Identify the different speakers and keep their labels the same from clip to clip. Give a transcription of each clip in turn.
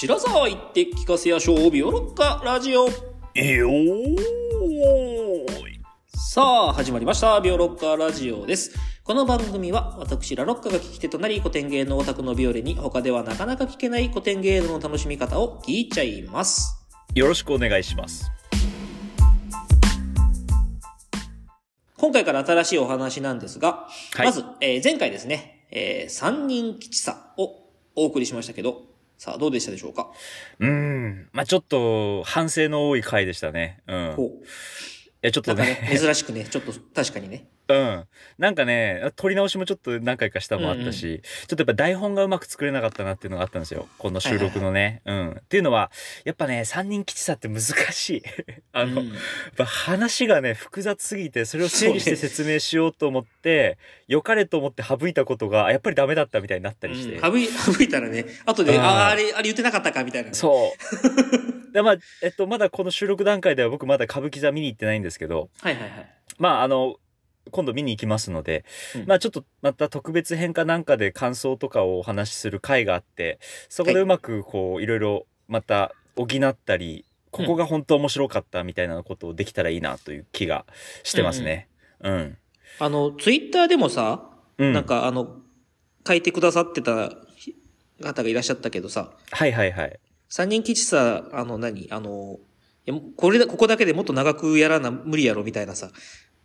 Speaker 1: 白沢行って聞かせやしょうビオロッカラジオ
Speaker 2: よーい。
Speaker 1: さあ始まりましたビオロッカラジオですこの番組は私ラロッカが聞き手となり古典芸能オタクのビオレに他ではなかなか聞けない古典芸能の楽しみ方を聞いちゃいます
Speaker 2: よろしくお願いします。
Speaker 1: 今回から新しいお話なんですが、
Speaker 2: はい
Speaker 1: まず、えー前回ですね、えー、三人吉さをお送りしましたけどさあどうでしたでしょうか、
Speaker 2: うーん。まあちょっと、反省の多い回でしたね。うん。い
Speaker 1: こ
Speaker 2: や、ちょっ
Speaker 1: うな
Speaker 2: と
Speaker 1: んかね
Speaker 2: ね、
Speaker 1: 珍しくねちょっと確かにね
Speaker 2: うん。なんかね、撮り直しもちょっと何回かしたもあったし、ちょっとやっぱ台本がうまく作れなかったなっていうのがあったんですよ。この収録のね。うん。っていうのは、やっぱね、三人吉さって難しい。 あの、
Speaker 1: う
Speaker 2: や
Speaker 1: ん
Speaker 2: っぱ話がね、複雑すぎて、それを整理して説明しようと思って、良かれと思って省いたことが、あやっぱりダメだったみたいになったりして。
Speaker 1: うん省い、省いたらね、後で、
Speaker 2: うん
Speaker 1: ああ、あれ、あれ言ってなかったか、みたいな。
Speaker 2: そ う。でまあ、えっと、まだこの収録段階では僕まだ歌舞伎座見に行ってないんですけど、
Speaker 1: はいはいはい。
Speaker 2: まあ、あの、今度見に行きますので、
Speaker 1: うん
Speaker 2: まあちょっとまた特別編かなんかで感想とかをお話しする回があって、そこ
Speaker 1: は
Speaker 2: で
Speaker 1: いう
Speaker 2: まくこう、いろいろまた補ったり、ここが本当面白かったみたいなことをできたらいいなという気がしてますね。うん。
Speaker 1: あの、ツイッターでもさ、
Speaker 2: うん。
Speaker 1: なんかあの、書いてくださってた方がいらっしゃったけどさ、
Speaker 2: はいはいはい。
Speaker 1: 三人吉さ、あの、何あの、いやこれだ、ここだけでもっと長くやらな、無理やろ、みたいなさ。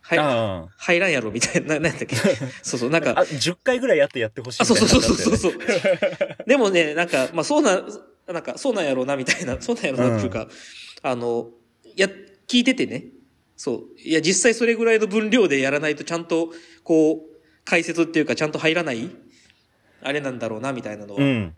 Speaker 1: はい、
Speaker 2: あ
Speaker 1: 入らんやろ、みたいな、ななんだっ け。そうそう、なん
Speaker 2: あ。あ、
Speaker 1: か、
Speaker 2: 10回ぐらいやってやってほし
Speaker 1: あ、
Speaker 2: いみた
Speaker 1: そ
Speaker 2: いうな
Speaker 1: そう
Speaker 2: 感じ
Speaker 1: そう
Speaker 2: だった
Speaker 1: そ
Speaker 2: よね。
Speaker 1: う そう。でもね、なんか、まあそうな、なんか、そうなんやろうな、みたいな、 そうなんやろうなっていうか、あの、や、聞いててね、そう、いや、実際それぐらいの分量でやらないと、ちゃんと、こう、解説っていうか、ちゃんと入らない、あれなんだろうな、みたいなの
Speaker 2: う
Speaker 1: は
Speaker 2: ん。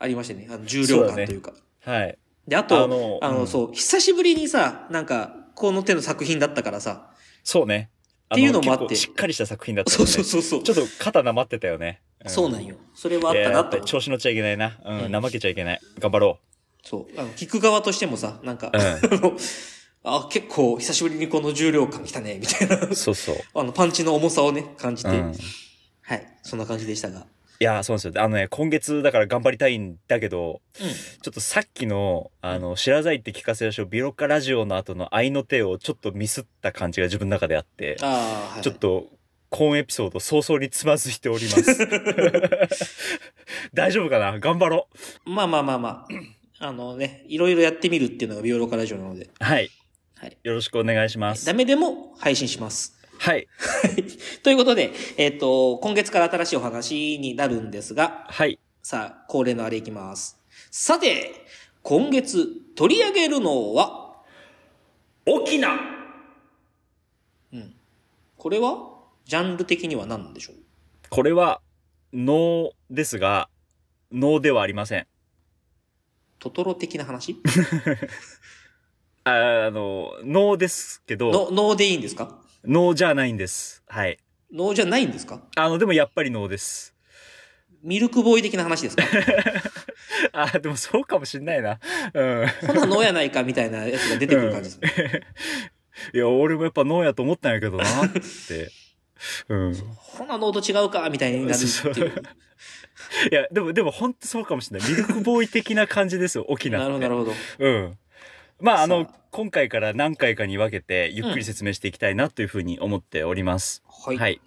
Speaker 1: ありましたね。あの重量
Speaker 2: そうだ
Speaker 1: 感
Speaker 2: ね
Speaker 1: というか。
Speaker 2: はい。
Speaker 1: で、あと、
Speaker 2: あ
Speaker 1: あ
Speaker 2: の
Speaker 1: の、
Speaker 2: うん
Speaker 1: そう、久しぶりにさ、なんか、この手の作品だったからさ、
Speaker 2: そうね。
Speaker 1: っていうのもあって
Speaker 2: 結構しっかりした作品だったよ
Speaker 1: そう
Speaker 2: ね。
Speaker 1: そうそうそう。
Speaker 2: ちょっと肩なまってたよね。
Speaker 1: そうなん
Speaker 2: よ。
Speaker 1: よ。それはあったな
Speaker 2: や
Speaker 1: と
Speaker 2: っぱ。調子乗っちゃいけないな。うん、
Speaker 1: うん
Speaker 2: 怠けちゃいけない。頑張ろ
Speaker 1: そう。あの、聞く側としてもさ、なんか、
Speaker 2: うん
Speaker 1: あの あ、結構久しぶりにこの重量感きたね、みたいな。
Speaker 2: う。そうそう。
Speaker 1: あの、パンチの重さをね、感じて。
Speaker 2: うん、い
Speaker 1: はい。そんな感じでしたが。
Speaker 2: やー、そうなんですよ。あのね、今月だから頑張りたいんだけど、ちょっとさっきの、あの、知らざいって聞かせるしょ、ビロッカラジオの後の愛の手をちょっとミスった感じが自分の中であって、
Speaker 1: ああ、はい。
Speaker 2: ちょっと、今エピソード早々につまずいており ます。大丈夫かな頑張ろう。
Speaker 1: まあまあまあまあ。あ のね、いろいろやってみるっていうのがビオロカラジオなので。
Speaker 2: はい。
Speaker 1: はい。
Speaker 2: よろしくお願いします
Speaker 1: ダ。メでも配信します。
Speaker 2: はい。
Speaker 1: ということで、えっ、と、今月から新しいお話になるんですが、
Speaker 2: はい。
Speaker 1: さあ、恒例のあれいきます。さて、今月取り上げるのは、
Speaker 2: 大きな
Speaker 1: これはジャンル的には何でしょう
Speaker 2: これは、能ですが、能ではありません。
Speaker 1: トトロ的な話
Speaker 2: あーあの、能ですけど、
Speaker 1: の脳でいいんですか
Speaker 2: 能じゃないんです。はい。
Speaker 1: 脳じゃないんですか
Speaker 2: あの、でもやっぱり能です。
Speaker 1: ミルクボーイ的な話ですか
Speaker 2: あーでもそうかもしんないな。うん。
Speaker 1: そんな脳やないかみたいなやつが出てくる感じですね。
Speaker 2: いや、俺もやっぱ能やと思ったんやけどな、 って。うん。い
Speaker 1: そんな脳と違うかみたいになるっていう。
Speaker 2: や、でも、でも本当そうかもしんない。ミルクボーイ的な感じですよ、沖
Speaker 1: なる
Speaker 2: 縄っ
Speaker 1: ほど、な。
Speaker 2: て
Speaker 1: るほど。
Speaker 2: うん。まあ、あの
Speaker 1: さ、
Speaker 2: 今回から何回かに分けて、ゆっくり説明していきたいなというふうに思っております。
Speaker 1: はい。
Speaker 2: はい。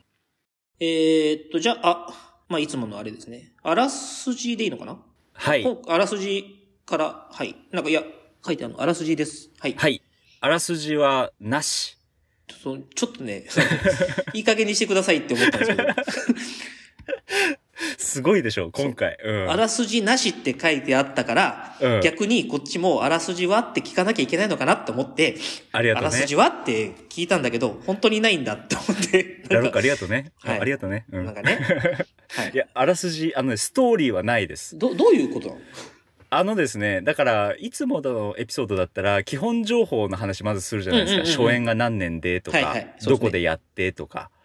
Speaker 1: えー、っと、じゃあ、あ、まあ、いつものあれですね。あらすじでいいのかな、
Speaker 2: はい。
Speaker 1: 今あらすじから、はい。なんか、いや、書いてあるの、あらすじです。はい。
Speaker 2: はい。あらすじはなし。
Speaker 1: ちょっとちょっとね、 そのいい加減にしてくださいって思ったんですけど。
Speaker 2: すごいでしょ、今回。 うん。
Speaker 1: あらすじなしって書いてあったから、
Speaker 2: うん
Speaker 1: 逆にこっちもあらすじはって聞かなきゃいけないのかなって思って、
Speaker 2: ありが
Speaker 1: あ
Speaker 2: とう
Speaker 1: ら
Speaker 2: ね
Speaker 1: す。じはって聞いたんだけど、本当にないんだって思 って、
Speaker 2: ラ
Speaker 1: な
Speaker 2: ロ
Speaker 1: ん
Speaker 2: ッカ
Speaker 1: か、
Speaker 2: ありがとうね。あ
Speaker 1: はい
Speaker 2: ありがとうね。う
Speaker 1: なん
Speaker 2: ん。
Speaker 1: かね、 はい
Speaker 2: いや、あらすじ、あのね、ストーリーはないです。
Speaker 1: ど、どういうことなの
Speaker 2: あのですね、だから、いつものエピソードだったら、基本情報の話まずするじゃないですか。
Speaker 1: うんうんうんうん
Speaker 2: 初演が何年でとか、
Speaker 1: はいはいそうですね
Speaker 2: どこでやってとか。
Speaker 1: うん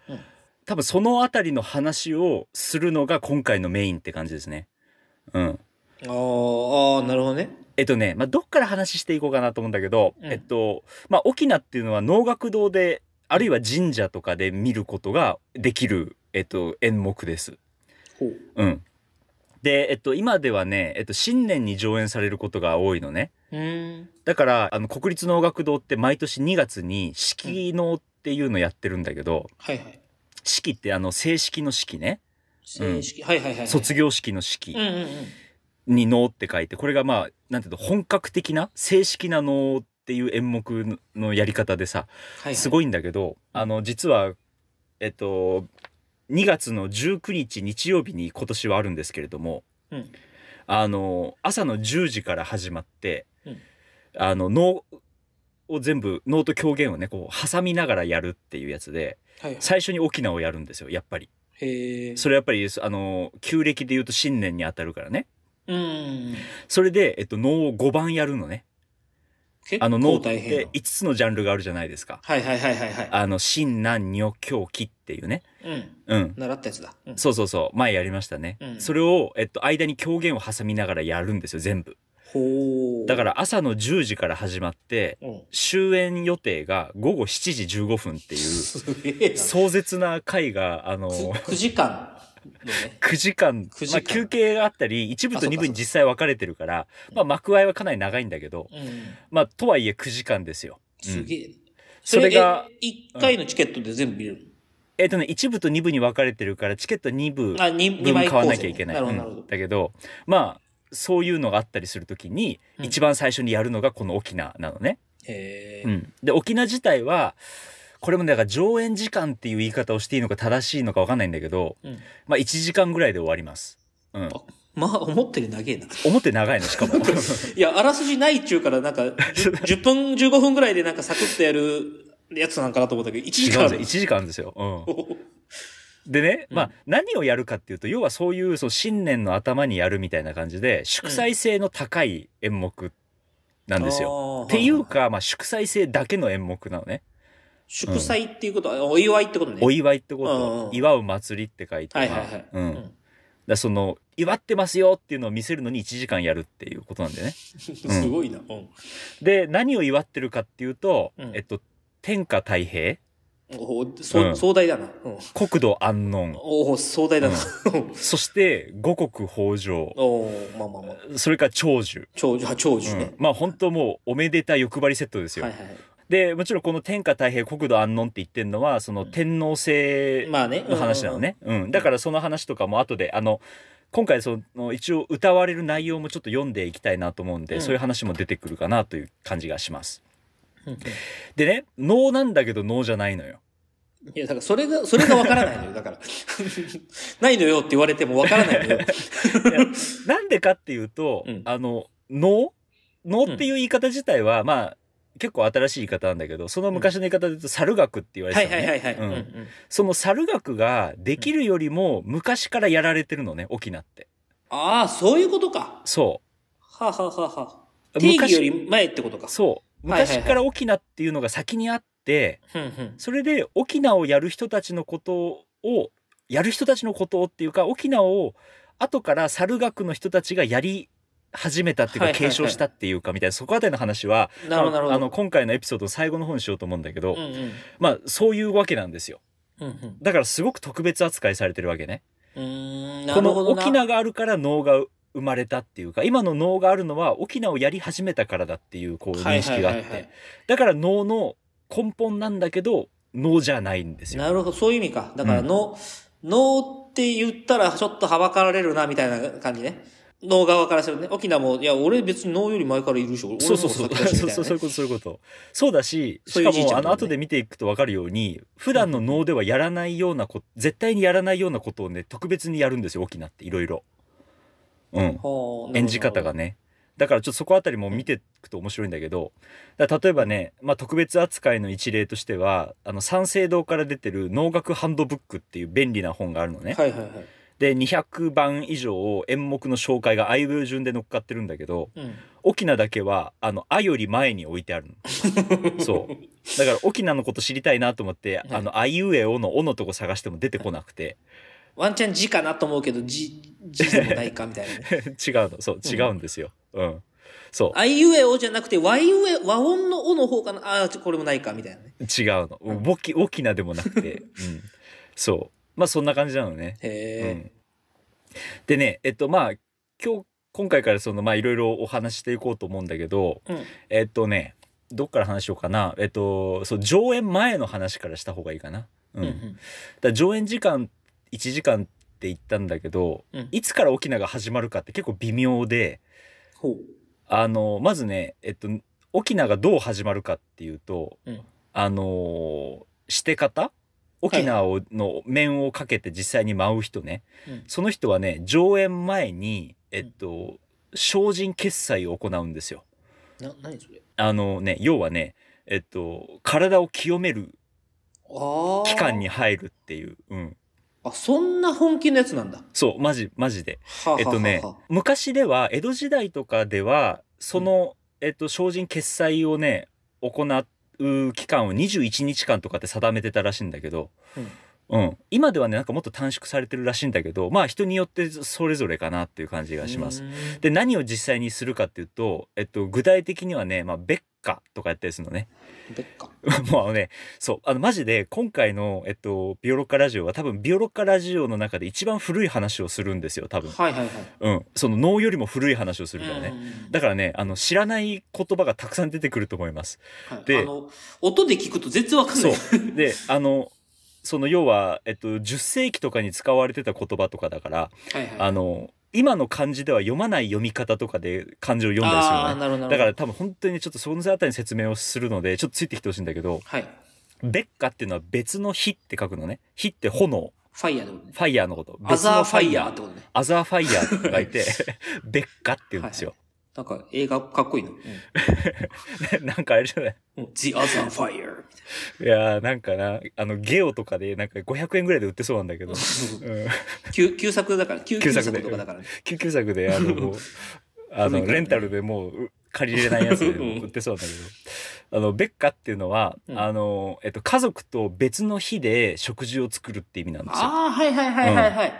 Speaker 2: 多分そのあたりの話をするのが今回のメインって感じですね。うん。
Speaker 1: あーあー、なるほどね。
Speaker 2: えっとね、まあ、どっから話していこうかなと思うんだけど、
Speaker 1: うん
Speaker 2: えっと、まあ、沖縄っていうのは能楽堂で、あるいは神社とかで見ることができる、えっと、演目です。
Speaker 1: ほう。
Speaker 2: うん。で、えっと、今ではね、えっと、新年に上演されることが多いのね。
Speaker 1: うん。
Speaker 2: だから、あの、国立能楽堂って毎年2月に式能っていうのやってるんだけど、
Speaker 1: はいはい。
Speaker 2: 式ってあの、正式の式ね。
Speaker 1: 正式、はいはいはい。
Speaker 2: 卒
Speaker 1: 業。
Speaker 2: 業式の式
Speaker 1: うんうんうん。
Speaker 2: に能って書いて、これがまあ、なんていうの、本格的な、正式な能っていう演目ののやり方でさ、
Speaker 1: はい。
Speaker 2: す
Speaker 1: い。
Speaker 2: ごいんだけど、あの、実は、えっと、2月の19日日曜日に今年はあるんですけれども、
Speaker 1: うん。
Speaker 2: あの、朝の10時から始まって、
Speaker 1: うん
Speaker 2: あの、能を全部、能と狂言をね、こう、挟みながらやるっていうやつで、
Speaker 1: はいはい。
Speaker 2: 最初に沖縄をやるんですよ、やっぱり。
Speaker 1: へえ。
Speaker 2: それやっぱり、あの、旧暦で言うと新年に当たるからね。
Speaker 1: うん。
Speaker 2: それで、えっと、能を5番やるのね。
Speaker 1: 結
Speaker 2: あの、能
Speaker 1: 構
Speaker 2: って
Speaker 1: 大変な。
Speaker 2: 5つのジャンルがあるじゃないですか。
Speaker 1: はいはいはいはいは
Speaker 2: あの、新南女狂気っていうね。
Speaker 1: い。うん。
Speaker 2: うん。
Speaker 1: 習ったやつだ。うん
Speaker 2: そうそうそう。前やりましたね。
Speaker 1: うん
Speaker 2: それを、えっと、間に狂言を挟みながらやるんですよ、全部。
Speaker 1: ほう。
Speaker 2: だから朝の10時から始まって、
Speaker 1: ら、うん。
Speaker 2: 終演予定が午後7時15分っていう、
Speaker 1: すげえな。
Speaker 2: 壮絶な回が、あの、
Speaker 1: 9時間のね。
Speaker 2: 9時間、
Speaker 1: 9時間
Speaker 2: まあ休憩があったり、一部と
Speaker 1: あそう
Speaker 2: 二
Speaker 1: か
Speaker 2: 部に実際分かれてるから、
Speaker 1: うん
Speaker 2: まあ幕合はかなり長いんだけど、
Speaker 1: うん。
Speaker 2: まあとはいえ9時間ですよ。うん
Speaker 1: すげえ。
Speaker 2: それが、
Speaker 1: え、1回のチケットで全部見れる
Speaker 2: えっ、とね、一部と二部に分かれてるから、チケット二部
Speaker 1: のあ、二
Speaker 2: 分
Speaker 1: 二
Speaker 2: 買
Speaker 1: 枚
Speaker 2: わなきゃいけない。
Speaker 1: なるほ
Speaker 2: う
Speaker 1: ど、
Speaker 2: ん
Speaker 1: なるほど。
Speaker 2: だけど、まあ、そういうのがあったりするときに、
Speaker 1: うん
Speaker 2: 一番最初にやるのがこの沖縄なのね。
Speaker 1: へ
Speaker 2: う
Speaker 1: え。
Speaker 2: ん、で沖縄自体はこれもねだから上演時間っていう言い方をしていいのか正しいのか分かんないんだけど、
Speaker 1: うん
Speaker 2: まあ、1時間ぐらいで終わります。うん、
Speaker 1: まあ、思ったより長 えな。
Speaker 2: 思って長いの しかも
Speaker 1: いや、あらすじないっちゅうから、なんか、10 10分、15分ぐらいでなんかサクッとやるやつなんかなと思ったけど、1
Speaker 2: 違
Speaker 1: 時
Speaker 2: うん
Speaker 1: 間
Speaker 2: ですよ1時間ですよ。う
Speaker 1: おー
Speaker 2: ん、でね、
Speaker 1: うん
Speaker 2: まあ、何をやるかっていうと要はそういうその新年の頭にやるみたいな感じで祝祭性の高い演目なんですよ。
Speaker 1: よ
Speaker 2: っていう、か、まあ、祝祭性だけの演目なのね。
Speaker 1: 祝祭っていうことは、お祝いってことね。
Speaker 2: お祝いってこ
Speaker 1: うん
Speaker 2: と
Speaker 1: う、ん
Speaker 2: 祝う祭りって書いて、
Speaker 1: はいはいはい。
Speaker 2: うん、だからその、祝ってますよっていうのを見せるのに1時間やるっていうことなんでね。
Speaker 1: すごいな。うん
Speaker 2: で、何を祝ってるかっていうと、
Speaker 1: うん
Speaker 2: えっと、天下太平、
Speaker 1: おー
Speaker 2: う
Speaker 1: そ
Speaker 2: ん
Speaker 1: 壮大だな。うん
Speaker 2: 国土安穏、
Speaker 1: おー壮大だな。
Speaker 2: そして五穀豊穣、
Speaker 1: おーまあまあまあ。
Speaker 2: それから長寿。
Speaker 1: 長寿、あ長
Speaker 2: う
Speaker 1: 寿ね
Speaker 2: ん。、まあ本当もうおめでたい欲張りセットですよ、
Speaker 1: はいはいは
Speaker 2: でもちろんこの天下太平国土安穏って言ってるのはその天皇制
Speaker 1: い。まあね。
Speaker 2: の話なのね、うんだからその話とかも後であの今回その一応歌われる内容もちょっと読んでいきたいなと思うんで、
Speaker 1: うん
Speaker 2: そういう話も出てくるかなという感じがします
Speaker 1: うん。うん うん
Speaker 2: でね能なんだけど能じゃないのよ
Speaker 1: いや、だからそれが、それがわからないのよ。だから。 ないのよって言われてもわからないのよ。
Speaker 2: なんでかっていうと、
Speaker 1: うん
Speaker 2: あの能能っていう言い方自体は、まあ結構新しい言い方なんだけどその昔の言い方で言うと猿楽って言われ
Speaker 1: は
Speaker 2: て
Speaker 1: い
Speaker 2: た
Speaker 1: は
Speaker 2: の
Speaker 1: い
Speaker 2: ね、
Speaker 1: はいはい。
Speaker 2: うん
Speaker 1: うんうん
Speaker 2: その猿楽ができるよりも昔からやられてるのね沖縄って
Speaker 1: ああ、そういうことか。
Speaker 2: そ
Speaker 1: はあ、はあはあはあ、
Speaker 2: う
Speaker 1: 定義より前ってことか。
Speaker 2: そう
Speaker 1: はいはいはい
Speaker 2: 昔から沖縄っていうのが先にあって、
Speaker 1: うんうん。
Speaker 2: それで沖縄をやる人たちのことをやる人たちのことをっていうか沖縄を後から猿学の人たちがやり始めたっていうか、
Speaker 1: はいはいはい
Speaker 2: 継承したっていうかみたいなそこあたりの話は
Speaker 1: なるほど、なるほど。
Speaker 2: あの今回のエピソードの最後の方にしようと思うんだけど、
Speaker 1: うんうん。
Speaker 2: まあそういうわけなんですよ
Speaker 1: うんうん
Speaker 2: だからすごく特別扱いされてるわけね。
Speaker 1: うーんな
Speaker 2: こ
Speaker 1: る
Speaker 2: の
Speaker 1: ほどな。
Speaker 2: 沖縄があるから能が生まれたっていうか今の能があるのは沖縄をやり始めたからだっていうこう認識があっ
Speaker 1: はいはいはいは
Speaker 2: て
Speaker 1: い
Speaker 2: だから能の根本なんだけど能じゃないんですよ。
Speaker 1: なるほど、そういう意味か。だから、
Speaker 2: うん
Speaker 1: の、能って言ったらちょっとはばかられるな、みたいな感じね。能側からするね。沖縄も、いや、俺別に能より前からいるでしょ。俺
Speaker 2: そ
Speaker 1: の
Speaker 2: うそう
Speaker 1: 方
Speaker 2: そう。
Speaker 1: が
Speaker 2: そ
Speaker 1: 先だし
Speaker 2: うそう そう、そういうこと、そういうこと。そうだし、
Speaker 1: そ
Speaker 2: し
Speaker 1: うい
Speaker 2: か
Speaker 1: うじいち
Speaker 2: も、
Speaker 1: ゃん
Speaker 2: あ
Speaker 1: だ
Speaker 2: の、
Speaker 1: もんね
Speaker 2: 後で見ていくとわかるように、普段の脳ではやらないようなこと、絶対にやらないようなことをね、特別にやるんですよ、沖縄って、いろいろ。うん。
Speaker 1: はあ
Speaker 2: 演じ方が。ね。だからちょっとそこあたりも見ていくと面白いんだけど、だから例えばね、まあ、特別扱いの一例としては、あの、三省堂から出てる能楽ハンドブックっていう便利な本があるのね。
Speaker 1: なるほどはいはいはい。
Speaker 2: で、200番以上を演目の紹介があいうえお順で乗っかってるんだけど、
Speaker 1: うん。
Speaker 2: 沖縄だけはあの「あ」より前に置いてある のそうだから沖縄のこと知りたいなと思って「
Speaker 1: い
Speaker 2: あのあいうえお」の「お」のとこ探しても出てこなくて
Speaker 1: ワンチャン字かなと思うけど、字、字でもないか、みたい なね。
Speaker 2: 違うのそう違うんですようんそ
Speaker 1: あいうえおじゃなくて、わいうえ、和音のおの方かなああ、ちょこれもないか、みたいなね。
Speaker 2: う違うの
Speaker 1: うん
Speaker 2: 沖沖縄でもなくて、うん、そうまあそんな感じなのね、う
Speaker 1: へえ。
Speaker 2: ん、でね、えっとまあ、今日、今回からそのまあいろいろお話ししていこうと思うんだけど、
Speaker 1: うん。
Speaker 2: えっとね、どっから話しようかな。えっと、そう、上演前の話からした方がいいかな。うん。
Speaker 1: うんう
Speaker 2: だか
Speaker 1: ん。
Speaker 2: ら上演時間、1時間って言ったんだけど、
Speaker 1: うん
Speaker 2: いつから沖縄が始まるかって結構微妙で、
Speaker 1: ほう。
Speaker 2: あの、まずね、えっと、沖縄がどう始まるかっていうと、
Speaker 1: うん
Speaker 2: あの、して方沖縄をの面をかけて実際に舞う人ね。
Speaker 1: うん
Speaker 2: その人はね、上演前に、えっと、精進決済を行うんですよ。
Speaker 1: な、何それ
Speaker 2: あのね、要はね、えっと、体を清める
Speaker 1: ああ。
Speaker 2: 期間に。入るっていう。うん。
Speaker 1: あ、そんな本気のやつなんだ。
Speaker 2: そう、マジ、マジで。
Speaker 1: はあはあはあ
Speaker 2: えっとね
Speaker 1: は、
Speaker 2: 昔では、江戸時代とかでは、その、えっと、精進決済をね、行う期間を21日間とかって定めてたらしいんだけど、うん。今ではね、なんかもっと短縮されてるらしいんだけど、まあ人によってそれぞれかなっていう感じ
Speaker 1: あ
Speaker 2: がします。
Speaker 1: うーん
Speaker 2: で、何を実際にするかっていうと、えっと、具体的にはね、まあ、別家とかやったりするのね。
Speaker 1: でっか。
Speaker 2: もうあのね、そう、あの、マジで、今回の、えっと、ビオロッカラジオは多分、ビオロッカラジオの中で一番古い話をするんですよ、多分。
Speaker 1: はいはいはい。
Speaker 2: うん。その脳よりも古い話をするから
Speaker 1: う
Speaker 2: ね。
Speaker 1: んうんうん
Speaker 2: だからね、あの、知らない言葉がたくさん出てくると思います。
Speaker 1: はい
Speaker 2: で
Speaker 1: あの、音で聞くと全然わかんな
Speaker 2: そ
Speaker 1: い。
Speaker 2: う。で、あの、その要は、えっと、10世紀とかに使われてた言葉とかだから、
Speaker 1: はいはい。
Speaker 2: あの、今の漢字では読まない読み方とかで漢字を読んだりする
Speaker 1: ああー、
Speaker 2: のね。
Speaker 1: なるほどなるほど。
Speaker 2: だから多分本当にねちょっとそのあたりに説明をするので、ちょっとついてきてほしいんだけど、
Speaker 1: はい。
Speaker 2: 別火っていうのは別の火って書くのね。火って炎、
Speaker 1: ファイヤーってことね
Speaker 2: フ。ァイヤーのこと。
Speaker 1: アザーファイ
Speaker 2: 別
Speaker 1: ヤー
Speaker 2: の
Speaker 1: ってことね。
Speaker 2: アザーファイヤーって書 いて、別火って言うんですよ。
Speaker 1: なんか映画かっこいいの。う
Speaker 2: なんかあれじゃない
Speaker 1: ん、The Other Fire
Speaker 2: いやーなんかな、あの、ゲオとかでなんか500円ぐらいで売ってそうなんだけど
Speaker 1: み、た
Speaker 2: う
Speaker 1: いな。
Speaker 2: ん、
Speaker 1: 旧旧作だから、旧旧
Speaker 2: 旧作
Speaker 1: 作
Speaker 2: で
Speaker 1: とかだからね。
Speaker 2: 救急作で、あの、 もう
Speaker 1: 古いか
Speaker 2: あ
Speaker 1: ら
Speaker 2: の、
Speaker 1: ね
Speaker 2: レンタルでもうう借りれないやつで
Speaker 1: うん
Speaker 2: 売ってそうなんだけど、あの、別火っていうのは、
Speaker 1: うん
Speaker 2: あの、えっと、家族と別の日で食事を作るって意味なんですよ。
Speaker 1: ああ、はいはいはいはいはい。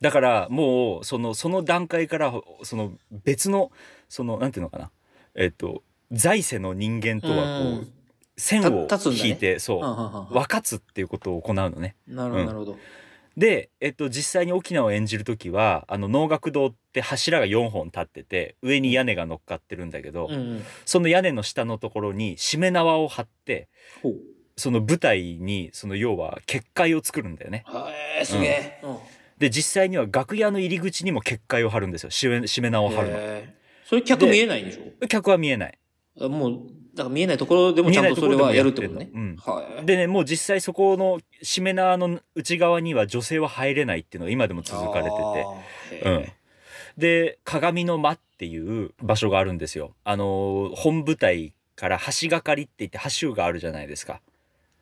Speaker 2: だからもうそのその段階からその別のそのなんていうのかなえっ、と財政の人間とはこう、
Speaker 1: うん
Speaker 2: 線を
Speaker 1: た立つんだね
Speaker 2: 引いて、
Speaker 1: うん
Speaker 2: そう
Speaker 1: うんうん
Speaker 2: 分かつっていうことを行うのね。
Speaker 1: なるほどなるほど。
Speaker 2: で、えっと、実際に沖縄を演じる時はあの能楽堂って柱が4本立ってて上に屋根が乗っかってるんだけど、
Speaker 1: うんうん。
Speaker 2: その屋根の下のところにしめ縄を張って
Speaker 1: ほう。
Speaker 2: その舞台にその要は結界を作るんだよね。
Speaker 1: へえ、すげえ。うん。
Speaker 2: で実際には楽屋の入り口にも結界を張るんですよしめしめ縄を張るの。
Speaker 1: へーそれ客見えないんでし
Speaker 2: 客は見えない。
Speaker 1: ょもう、だから見えないところでもちゃんとそれはやるってことね。
Speaker 2: 見えないと
Speaker 1: はい。
Speaker 2: でねもう実際そこのしめ縄の内側には女性は入れないっていうのが今でも続かれて
Speaker 1: て
Speaker 2: て。うん、で鏡の間っていう場所があるんですよ。あのー本舞台から橋がかりって言って橋があるじゃないですか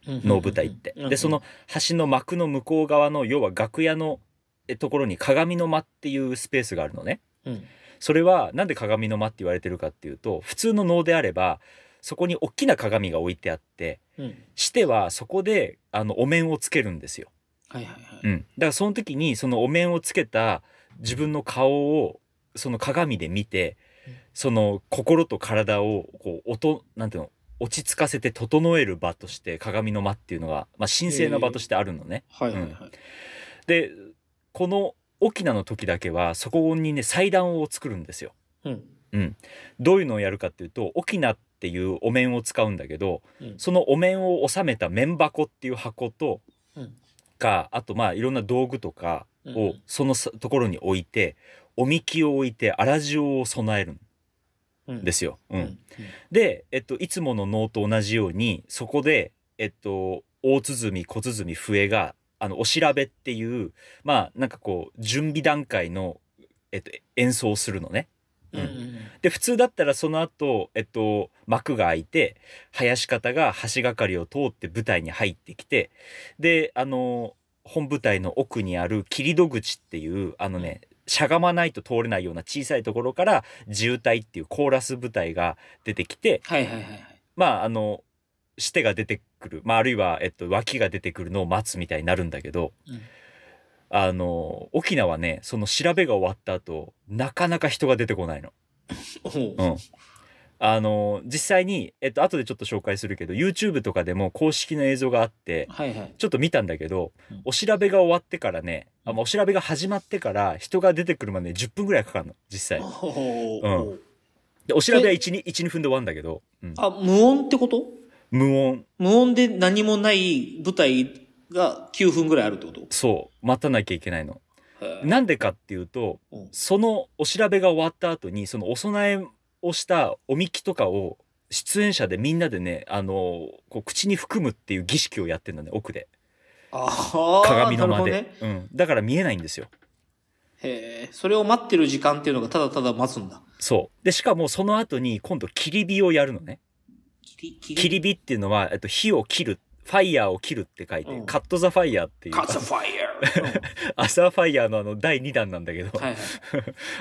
Speaker 2: 能舞台って。でその、橋の幕の向こう側の要は楽屋のえところに鏡の間っていうスペースがあるのね。
Speaker 1: うんうん
Speaker 2: それはなんで鏡の間って言われてるかっていうと普通の能であればそこに大きな鏡が置いてあって
Speaker 1: うんうん。
Speaker 2: してはそこであのお面をつけるんですよ、
Speaker 1: はいはいはい。
Speaker 2: うん、だからその時にそのお面をつけた自分の顔をその鏡で見て
Speaker 1: うん
Speaker 2: その心と体をこう音なんていうの落ち着かせて整える場として鏡の間っていうのが、まあ、神聖な場としてあるのね。
Speaker 1: はいはいはい。
Speaker 2: でこの沖縄の時だけはそこにね祭壇を作るんですよ。
Speaker 1: うん。
Speaker 2: どういうのをやるかっていうと翁っていうお面を使うんだけど
Speaker 1: うん
Speaker 2: そのお面を収めた面箱っていう箱と
Speaker 1: うん
Speaker 2: かあとまあいろんな道具とか
Speaker 1: う
Speaker 2: を
Speaker 1: ん
Speaker 2: そのさところに置いておみきを置いて粗塩を備えるん
Speaker 1: うん
Speaker 2: ですよ。う
Speaker 1: うんん。
Speaker 2: で、えっと、いつもの能と同じようにそこで、えっと、大鼓小鼓笛があのお調べっていうまあなんかこう準備段階の、えっと、演奏をするのね。
Speaker 1: うんうん
Speaker 2: で普通だったらその後、えっと幕が開いて林方が橋がかりを通って舞台に入ってきてであの本舞台の奥にある切戸口っていうあのねしゃがまないと通れないような小さいところから自由隊っていうコーラス部隊が出てきて
Speaker 1: はいはいはいはい。
Speaker 2: まああのシテが出てくる、まあ、あるいは、えっと、脇が出てくるのを待つみたいになるんだけど
Speaker 1: うん
Speaker 2: あの沖縄はねその調べが終わった後なかなか人が出てこないの。
Speaker 1: おう
Speaker 2: うん、あの実際に、えっと後でちょっと紹介するけど YouTube とかでも公式の映像があって
Speaker 1: はいはい。
Speaker 2: ちょっと見たんだけど、
Speaker 1: うん
Speaker 2: お調べが終わってからねあまあお調べが始まってから人が出てくるまで10分ぐらいかかるの実際
Speaker 1: おー
Speaker 2: うでお調べは12分で終わるんだけど、うん
Speaker 1: あ、無音ってこと
Speaker 2: 無音
Speaker 1: 無音で何もない舞台が9分ぐらいあるってこと
Speaker 2: そう待たなきゃいけないの
Speaker 1: へー
Speaker 2: なんでかっていうと
Speaker 1: うん
Speaker 2: そのお調べが終わった後にそのお供えをしたおみきとかを出演者でみんなでねあのこう口に含むっていう儀式をやってんだね奥で
Speaker 1: ああ、
Speaker 2: 鏡の間で、
Speaker 1: なるほどね
Speaker 2: うん、だから見えないんですよ
Speaker 1: へえ、それを待ってる時間っていうのがただただ待つんだ。
Speaker 2: そうでしかもその後に今度切り火をやるのね
Speaker 1: キリキ
Speaker 2: 切り火っていうのは、えっと、火を切るファイヤーを切るって書いて、
Speaker 1: うん
Speaker 2: カット・ザ・ファイヤーっていう
Speaker 1: カツファイヤー。うん
Speaker 2: アサーファイヤーのあの第2弾なんだけど、
Speaker 1: はいはい。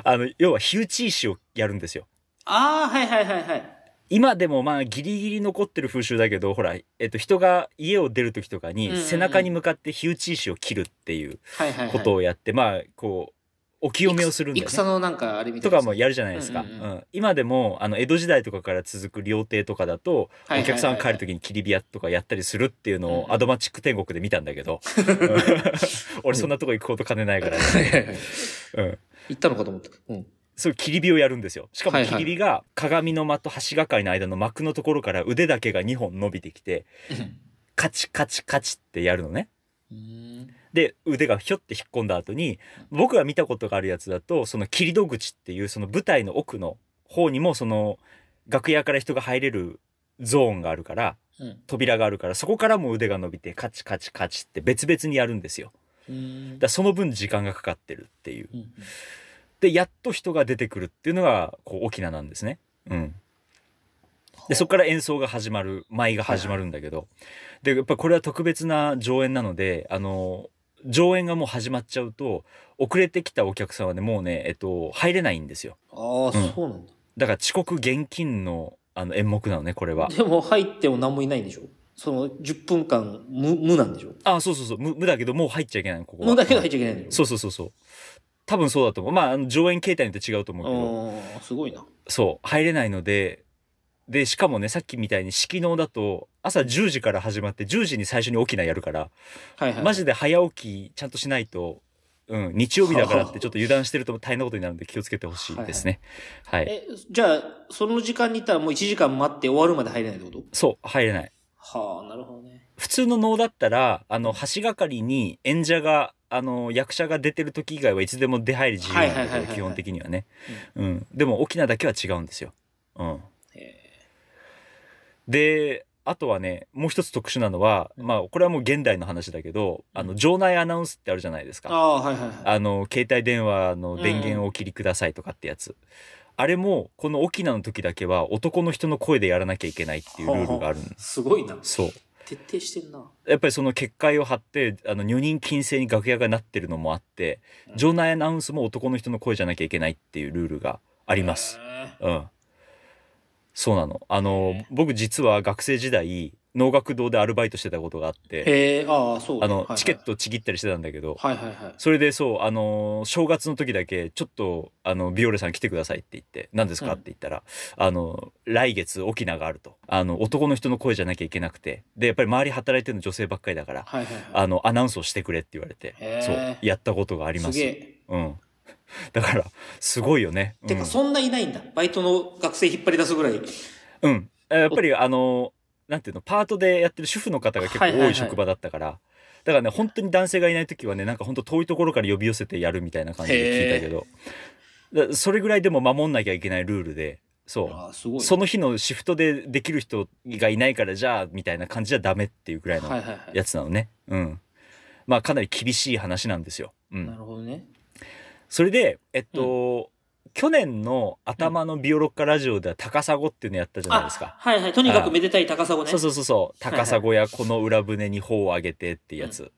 Speaker 2: あの要は火打ち石をやるんですよ
Speaker 1: ああ、はいはいはいはい。
Speaker 2: 今でもまあギリギリ残ってる風習だけどほら、えっと、人が家を出る時とか
Speaker 1: うん
Speaker 2: に
Speaker 1: うんうん
Speaker 2: 背中に向かって火打ち石を切るっていう
Speaker 1: はいはい、はい。
Speaker 2: ことをやって、まあこうお清めをするんだよね
Speaker 1: 戦。のなんかあれみた
Speaker 2: と
Speaker 1: いな
Speaker 2: か
Speaker 1: やつ。
Speaker 2: もやるじゃないですか、
Speaker 1: う
Speaker 2: うんん
Speaker 1: うんうん
Speaker 2: 今でもあの江戸時代とかから続く料亭とかだと
Speaker 1: はいはいはいはい
Speaker 2: お客さんが帰る時に切り火屋とかやったりするっていうの
Speaker 1: うん
Speaker 2: をアドマチック天国で見たんだ けど俺そんなとこ行くこと金ないから、
Speaker 1: はいはいはい。
Speaker 2: うん、
Speaker 1: 行ったのかと思った。うん。
Speaker 2: そう切り火をやるんですよしか
Speaker 1: は
Speaker 2: も
Speaker 1: いはい
Speaker 2: 切り火が鏡の間と橋がかりの間の幕のところから腕だけが2本伸びてきてカチカチカチってやるのね
Speaker 1: うん
Speaker 2: で腕がひょって引っ込んだ後に僕が見たことがあるやつだとその切り戸口っていうその舞台の奥の方にもその楽屋から人が入れるゾーンがあるから
Speaker 1: うん
Speaker 2: 扉があるからそこからも腕が伸びてカチカチカチって別々にやるんですよ
Speaker 1: うん
Speaker 2: だからその分時間がかかってるっていう
Speaker 1: うん
Speaker 2: でやっと人が出てくるっていうのがこう沖縄なんですねうんでそこから演奏が始まる舞が始まるんだけど、でやっぱこれは特別な上演なのであの上演がもう始まっちゃうと遅れてきたお客さんはねもうねえっと入れないんですよ
Speaker 1: ああ、
Speaker 2: ん
Speaker 1: そうなんだ。
Speaker 2: だから遅刻厳禁のあの演目なのねこれは
Speaker 1: でも入っても何もいないんでしょその10分間無無なんでしょ
Speaker 2: あそうそうそう無無だけどもう入っちゃいけないのここは
Speaker 1: 無だけど入っちゃいけないんでしょ
Speaker 2: そうそうそうそう多分そうだと思うまああの上演形態によって違うと思うけど
Speaker 1: ああ、すごいな。
Speaker 2: そう入れないのででしかもねさっきみたいに式能だと朝10時から始まって10時に最初に沖縄やるから
Speaker 1: はいはい。
Speaker 2: マジで早起きちゃんとしないと、うん、日曜日だからってちょっと油断してると大変なことになるんで気をつけてほしいですねはい、
Speaker 1: え、じゃあ、その時間に行ったらもう1時間待って終わるまで入れないってこと
Speaker 2: そう入れない
Speaker 1: はあ、なるほどね。
Speaker 2: 普通の能だったらあの橋がかりに演者があの役者が出てる時以外はいつでも出入り自由なん
Speaker 1: はいはいはい
Speaker 2: だ
Speaker 1: はいは
Speaker 2: けど
Speaker 1: い
Speaker 2: 基本的にはね、うん、でも沖縄だけは違うんですよ、うん、
Speaker 1: へ
Speaker 2: であとはねもう一つ特殊なのは、
Speaker 1: うん
Speaker 2: まあこれはもう現代の話だけど、あの場内アナウンスってあるじゃないです
Speaker 1: ー
Speaker 2: か、
Speaker 1: ああ、はいはいはい。
Speaker 2: あの携帯電話の電源をお切りくださいとかってやつ、あれもこの沖縄の時だけは男の人の声でやらなきゃいけないっていうルールがあるの
Speaker 1: すごいな。
Speaker 2: そう
Speaker 1: 徹底してんな。
Speaker 2: やっぱりその結界を張ってあの女人禁制に楽屋がなってるのもあって場内アナウンスも男の人の声じゃなきゃいけないっていうルールがあります
Speaker 1: へ
Speaker 2: うん。そうなの。あの、僕実は学生時代、農学堂でアルバイトしてたことがあって、
Speaker 1: え、へーああ、そうね。
Speaker 2: あの
Speaker 1: はい、はい
Speaker 2: チケッ。トちぎったりしてたんだけど、
Speaker 1: はいはいはい。
Speaker 2: それでそう、あの、正月の時だけ、ちょっと、あの、ビオレさん来てくださいって言って、何です
Speaker 1: う
Speaker 2: かっ
Speaker 1: ん
Speaker 2: て言ったら、あの、来月沖縄があると。あの、男の人の声じゃなきゃいけなくて、で、やっぱり周り働いてるの女性ばっかりだから、
Speaker 1: はいはいはい。
Speaker 2: あの、アナウンスをしてくれって言われて
Speaker 1: へー、
Speaker 2: そう、やったことがありますす。
Speaker 1: げえ。
Speaker 2: うん。 だから、すごいよね。
Speaker 1: て
Speaker 2: う
Speaker 1: か、
Speaker 2: ん
Speaker 1: そんないないんだ。バイトの学生引っ張り出すぐらい。
Speaker 2: うん。えーやっぱりあの、なんていうの、パートでやってる主婦の方が結構
Speaker 1: はいはいは
Speaker 2: 多
Speaker 1: い
Speaker 2: い職場だったから、だからね、本当に男性がいない時はね、なんか本当遠いところから呼び寄せてやるみたいな感じで聞いたけど、だそれぐらいでも守んなきゃいけないルールで、そ
Speaker 1: ああ、すごい。
Speaker 2: う。その日のシフトでできる人がいないから、じゃあ、みたいな感じじゃダメっていうぐらいの
Speaker 1: はいはいはい。
Speaker 2: やつなのね。うん。まあ、かなり厳しい話なんですよ。う。
Speaker 1: なんるほどね。
Speaker 2: それで、えっと、去年の頭のビオロッカラジオでは高砂っていうのやったじゃないですか。
Speaker 1: あはいはい。とにかくめでたい高さをね。
Speaker 2: そうそうそうそう
Speaker 1: はいはい
Speaker 2: 高砂やこの裏船に帆を上げてってやつ、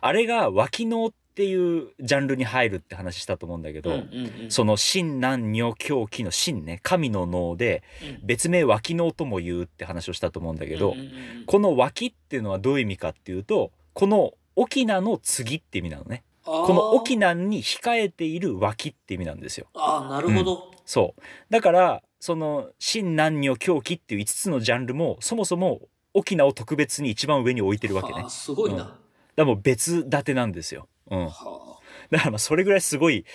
Speaker 2: あれが脇能っていうジャンルに入るって話したと思うんだけど、
Speaker 1: うんうんうん。
Speaker 2: その「神男女狂気の神ね神の能で
Speaker 1: うん
Speaker 2: 別名脇能とも言うって話をしたと思うんだけど、
Speaker 1: うんうんうん
Speaker 2: この脇っていうのはどういう意味かっていうとこの沖縄の次って意味なのねこの沖縄に控えている脇って意味なんですよ
Speaker 1: あーあー、なるほど。
Speaker 2: そうだからその「真男女狂気」っていう5つのジャンルもそもそも沖縄を特別に一番上に置いてるわけねだ
Speaker 1: あ
Speaker 2: か
Speaker 1: すごいな。
Speaker 2: うんらもう別立てなんですよ、うん、
Speaker 1: は
Speaker 2: だからまあそれぐらいすごい、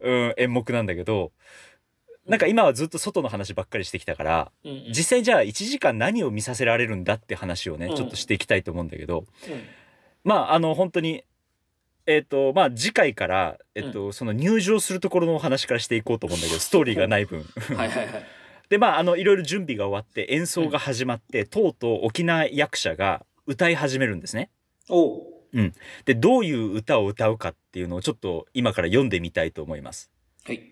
Speaker 2: うん、演目なんだけどなんか今はずっと外の話ばっかりしてきたから
Speaker 1: あ。うんうん
Speaker 2: 実際じゃあ1時間何を見させられるんだって話をね
Speaker 1: うん
Speaker 2: ちょっとしていきたいと思うんだけど、
Speaker 1: うん
Speaker 2: まああの本当にえっ、とまあ次回から、えっとその入場するところのお話からしていこうと思うんだけどストーリーがない分。
Speaker 1: はいはいはい。
Speaker 2: でまああのいろいろ準備が終わって演奏が始まって、とうとう沖縄役者が歌い始めるんですね。
Speaker 1: おう
Speaker 2: でどういう歌を歌うかっていうのをちょっと今から読んでみたいと思います。
Speaker 1: はい。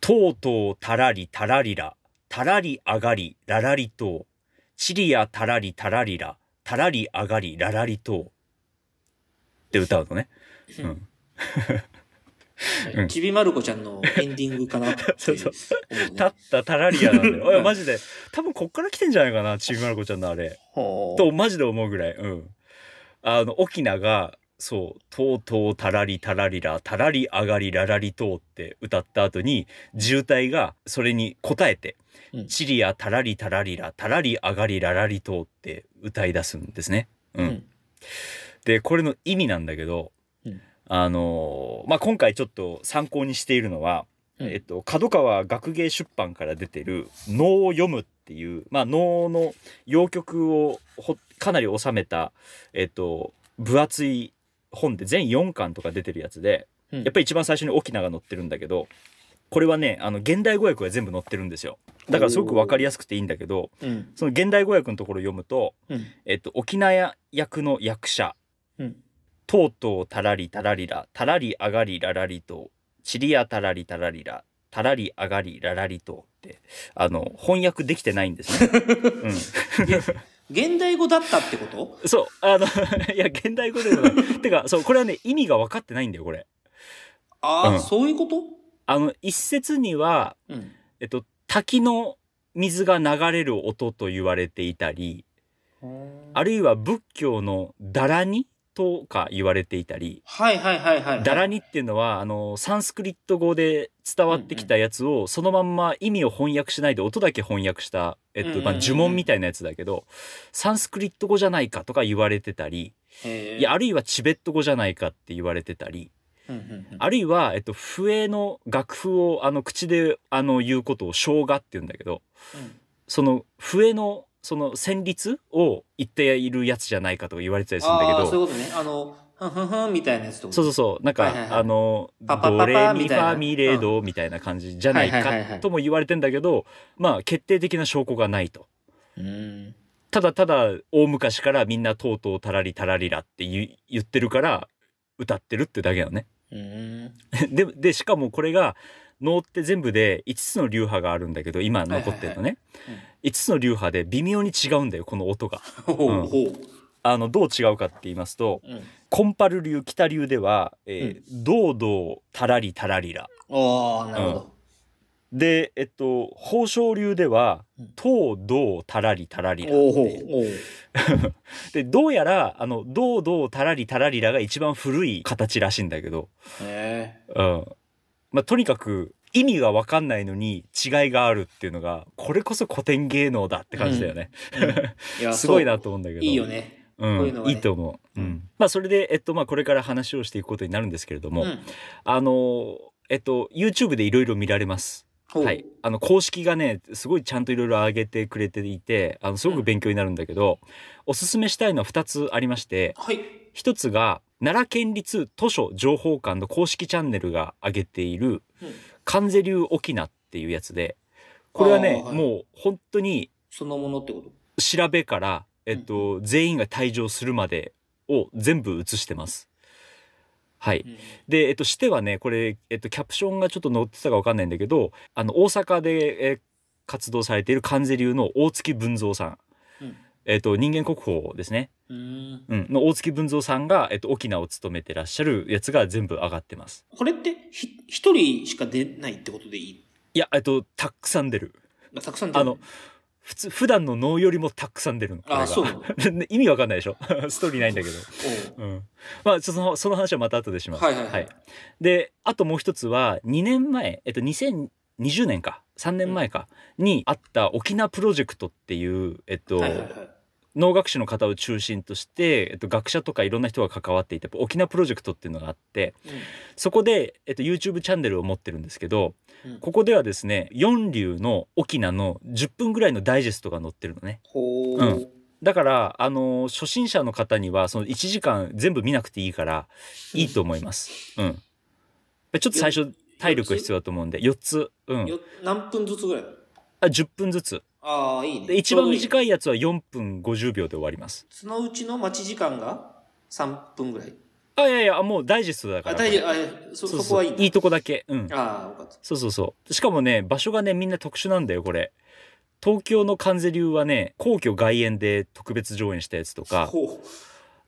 Speaker 2: とうとうたらりたらりら、たらりあがりららりとう、ちりやたらりたらりら、たらりあがりららりとう。って歌うのね。うん。うん
Speaker 1: ちびまる子ちゃんのエンディングかなって思
Speaker 2: そうそう
Speaker 1: うね。
Speaker 2: たったたらりやなんだよ。おいマジで。多分こっから来てんじゃないかな、ちびまる子ちゃんのあれ。
Speaker 1: ほう
Speaker 2: とマジで思うぐらい。うん。あの、沖縄が、そう、とうとうたらりたらりら、たらりあがりららりとうって歌った後に、渋滞がそれに答えて、
Speaker 1: うん
Speaker 2: チリやたらりたらりら、たらりあがりららりとうって歌い出すんですね。うん。
Speaker 1: うん
Speaker 2: で、これの意味なんだけど、
Speaker 1: うん
Speaker 2: あのーまあ、今回ちょっと参考にしているのは、
Speaker 1: うん
Speaker 2: えっと、角川学芸出版から出てる「能を読む」っていう、まあ、能の洋曲をほかなり収めた、えっと、分厚い本で全4巻とか出てるやつで、
Speaker 1: うん
Speaker 2: やっぱり一番最初に沖縄が載ってるんだけどこれはねあの現代語訳が全部載ってるんですよだからすごく分かりやすくていいんだけど
Speaker 1: うん。
Speaker 2: その現代語訳のところを読むと、
Speaker 1: うん。
Speaker 2: えっと、沖縄役の役者
Speaker 1: うん。
Speaker 2: とうとうたらりたらりら、たらりあがりららりと、ちりやたらりたらりら、たらりあがりららりとって、あの、翻訳できてないん ですね。
Speaker 1: 現代語だったってこと
Speaker 2: うん、そう、あの、 いや、現代語でもない。 てか、そう、これはね、意味が分かってないんだよ、これ。
Speaker 1: ああ、
Speaker 2: うん
Speaker 1: そういうこと
Speaker 2: あの、一説には、
Speaker 1: うん。
Speaker 2: えっと、滝の水が流れる音と言われていたり、あるいは仏教のダラニとか言われていたり、
Speaker 1: はいはいはいはい。
Speaker 2: ダラニっていうのはあのサンスクリット語で伝わってきたやつをそのまんま意味を翻訳しないで音だけ翻訳した、えっ
Speaker 1: うんう
Speaker 2: と
Speaker 1: んうんう
Speaker 2: ま
Speaker 1: ん
Speaker 2: あ、呪文みたいなやつだけどサンスクリット語じゃないかとか言われてたり
Speaker 1: へー
Speaker 2: いやあるいはチベット語じゃないかって言われてたり
Speaker 1: うんうんうん
Speaker 2: あるいは、えっと、笛の楽譜をあの口であの言うことを生姜って言うんだけど
Speaker 1: うん
Speaker 2: その笛のその旋律を言っているやつじゃないかとか言われてたりするんだけ
Speaker 1: ああ、
Speaker 2: ど
Speaker 1: そういうことね。あの、ふんふんふんみたいなやつってこと
Speaker 2: そうそうそうなんか、
Speaker 1: はいはいはい
Speaker 2: あの
Speaker 1: パパ
Speaker 2: ド
Speaker 1: パ
Speaker 2: レ
Speaker 1: パ
Speaker 2: ミ
Speaker 1: み
Speaker 2: フ
Speaker 1: たいな
Speaker 2: ァミレドみたいな感じじゃない
Speaker 1: はいはいはいは
Speaker 2: か
Speaker 1: い
Speaker 2: とも言われてんだけどまあ決定的な証拠がないと
Speaker 1: うん。
Speaker 2: ただただ大昔からみんなとうとうたらりたらりらって言い言ってるから歌ってるってだけなのね
Speaker 1: うん。
Speaker 2: ででしかもこれが能って全部で5つの流派があるんだけど今残ってるのね、
Speaker 1: はいはいは
Speaker 2: 5つの流派で微妙に違うんだよこの音が
Speaker 1: ほうほうほ
Speaker 2: あのどう違うかって言いますと
Speaker 1: う。うん。
Speaker 2: コンパル流北流では「えー堂々たらりたらりら」
Speaker 1: ああ、なるほど。
Speaker 2: で、えっと、宝生流では
Speaker 1: うん、
Speaker 2: 唐道たらりたらりら
Speaker 1: おお
Speaker 2: っていう。
Speaker 1: おう
Speaker 2: で、どうやら、あの、道道たらりたらりらが一番古い形らしいんだけど、
Speaker 1: へえ。
Speaker 2: うん。まあ、とにかく、意味がわかんないのに違いがあるっていうのが、これこそ古典芸能だって感じだよね。
Speaker 1: いや
Speaker 2: すご
Speaker 1: そ
Speaker 2: い
Speaker 1: う
Speaker 2: なと思うんだけど。
Speaker 1: いいよ。ね。
Speaker 2: うん、
Speaker 1: こういうのはね
Speaker 2: いいと思う。う。
Speaker 1: うん
Speaker 2: まあ、それで、えっと、まあ、これから話をしていくことになるんですけれども、
Speaker 1: うん。
Speaker 2: あの、えっと、YouTube でいろいろ見られます。
Speaker 1: ほう
Speaker 2: はい、あの公式がねすごいちゃんといろいろ上げてくれていてあのすごく勉強になるんだけど、おすすめしたいのは2つありまして
Speaker 1: はい。
Speaker 2: 1つが奈良県立図書情報館の公式チャンネルが上げている
Speaker 1: うん
Speaker 2: 「関税流沖縄」っていうやつでこれはね、
Speaker 1: あーはい
Speaker 2: もう本当に
Speaker 1: そのものってこと
Speaker 2: 調べから、えっと全員が退場するまでを全部映してます。はい、
Speaker 1: うん
Speaker 2: で、えっと、してはね、これ、えっと、キャプションがちょっと載ってたかわかんないんだけど、あの、大阪で、えー活動されている関税流の大月文蔵さん、
Speaker 1: うん
Speaker 2: えっと、人間国宝ですね、
Speaker 1: うーん。
Speaker 2: うん、の大月文蔵さんが、えっと、沖縄を務めてらっしゃるやつが全部上がってます。
Speaker 1: これって、ひ、一人しか出ないってことでいい
Speaker 2: いや、えっと、たくさん出る。
Speaker 1: まあたくさん出る
Speaker 2: あの、普通、普段の能よりもたくさん出るの。これが
Speaker 1: あ、 そうなの。
Speaker 2: 意味わかんないでしょ ストーリーないんだけど。うん。まあ、その、その話はまた後でし
Speaker 1: おう
Speaker 2: ます。
Speaker 1: はいはいはい。
Speaker 2: であともう一つは2年前、えっと、2020 20年か3年前かにあった沖縄プロジェクトっていう、えっと
Speaker 1: はいはいはい。
Speaker 2: 能楽師の方を中心として、えっと、学者とかいろんな人が関わっていて沖縄プロジェクトっていうのがあってそこで、えっと、YouTube チャンネルを持ってるんですけど
Speaker 1: うんうん
Speaker 2: ここではですね四流の沖縄の10分ぐらいのダイジェストが載ってるのね
Speaker 1: ほー
Speaker 2: だから、あの初心者の方にはその1時間全部見なくていいからいいと思いますうんちょっと最初体力が必要だと思うんで4つうん
Speaker 1: よ何分ずつぐらい
Speaker 2: あ10分ずつ
Speaker 1: ああ、いいね。
Speaker 2: で一番
Speaker 1: い。
Speaker 2: 短いやつは4分50秒で終わります
Speaker 1: そのうちの待ち時間が3分ぐらい。
Speaker 2: あいやいやもうダイジェストだか
Speaker 1: あ、
Speaker 2: ら
Speaker 1: 大丈
Speaker 2: こ
Speaker 1: 夫。あ、そ、
Speaker 2: れそう
Speaker 1: そ
Speaker 2: そう
Speaker 1: こはいいんだ
Speaker 2: いいとこだけうん
Speaker 1: ああ、よかった。
Speaker 2: そうそうそうしかもね場所がねみんな特殊なんだよこれ東京の関西流はね皇居外苑で特別上演したやつとか
Speaker 1: ほう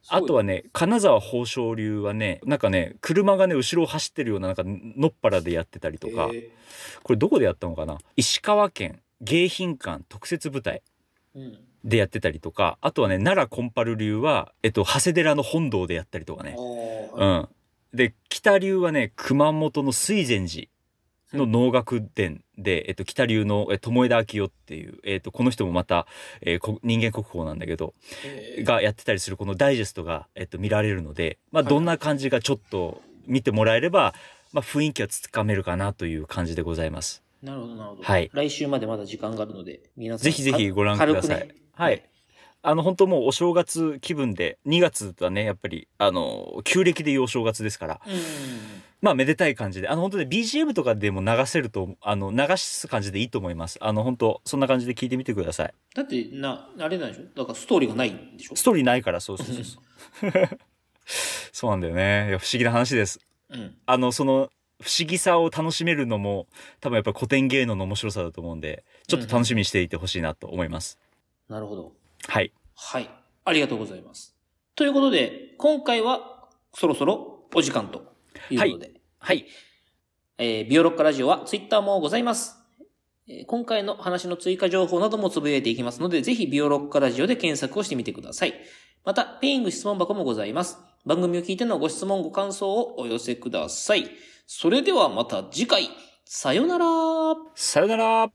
Speaker 2: あとはね金沢宝生流はねなんかね車がね後ろを走ってるようななんかのっぱらでやってたりとか、
Speaker 1: え
Speaker 2: これどこでやったのかな石川県迎賓館特設舞台
Speaker 1: ーうん。
Speaker 2: でやってたりとかあとはね奈良コンパル流は、えっと、長谷寺の本堂でやったりとかね
Speaker 1: あ
Speaker 2: う
Speaker 1: あ、
Speaker 2: ん、で北流はね熊本の水前寺の能楽殿で、えっと、北流のえ巴田昭夫っていう、えっと、この人もまた、えーこ人間国宝なんだけど
Speaker 1: えー
Speaker 2: がやってたりするこのダイジェストが、えっと、見られるので、まあ、
Speaker 1: はい
Speaker 2: どんな感じかちょっと見てもらえれば、まあ、雰囲気はつかめるかなという感じでございます。
Speaker 1: なるほど、なるほど。
Speaker 2: はい
Speaker 1: 来週までまだ時間があるので、皆さん。
Speaker 2: ぜひぜひご覧ください。
Speaker 1: 軽くね
Speaker 2: はい。あの本当もうお正月気分で2月はねやっぱりあの旧暦でいうお正月ですから
Speaker 1: うん。
Speaker 2: まあめでたい感じであの本当に BGM とかでも流せるとあの流す感じでいいと思いますあの本当そんな感じで聞いてみてください
Speaker 1: だって、な、あれなんでしょだからストーリーがないんでしょ
Speaker 2: ストーリーないからそうそうそうそう そうなんだよねいや不思議な話です
Speaker 1: うん。
Speaker 2: あのその不思議さを楽しめるのも多分やっぱ古典芸能の面白さだと思うんでちょっと楽しみにしていてほしいなと思います、
Speaker 1: なるほど。
Speaker 2: はい
Speaker 1: はい。ありがとうございます。ということで、今回はそろそろお時間ということで。
Speaker 2: はいはい。
Speaker 1: えービオロッカラジオはツイッターもございます。えー今回の話の追加情報などもつぶやいていきますので、ぜひビオロッカラジオで検索をしてみてください。また、ペイング質問箱もございます。番組を聞いてのご質問、ご感想をお寄せください。それではまた次回、さよなら
Speaker 2: さよなら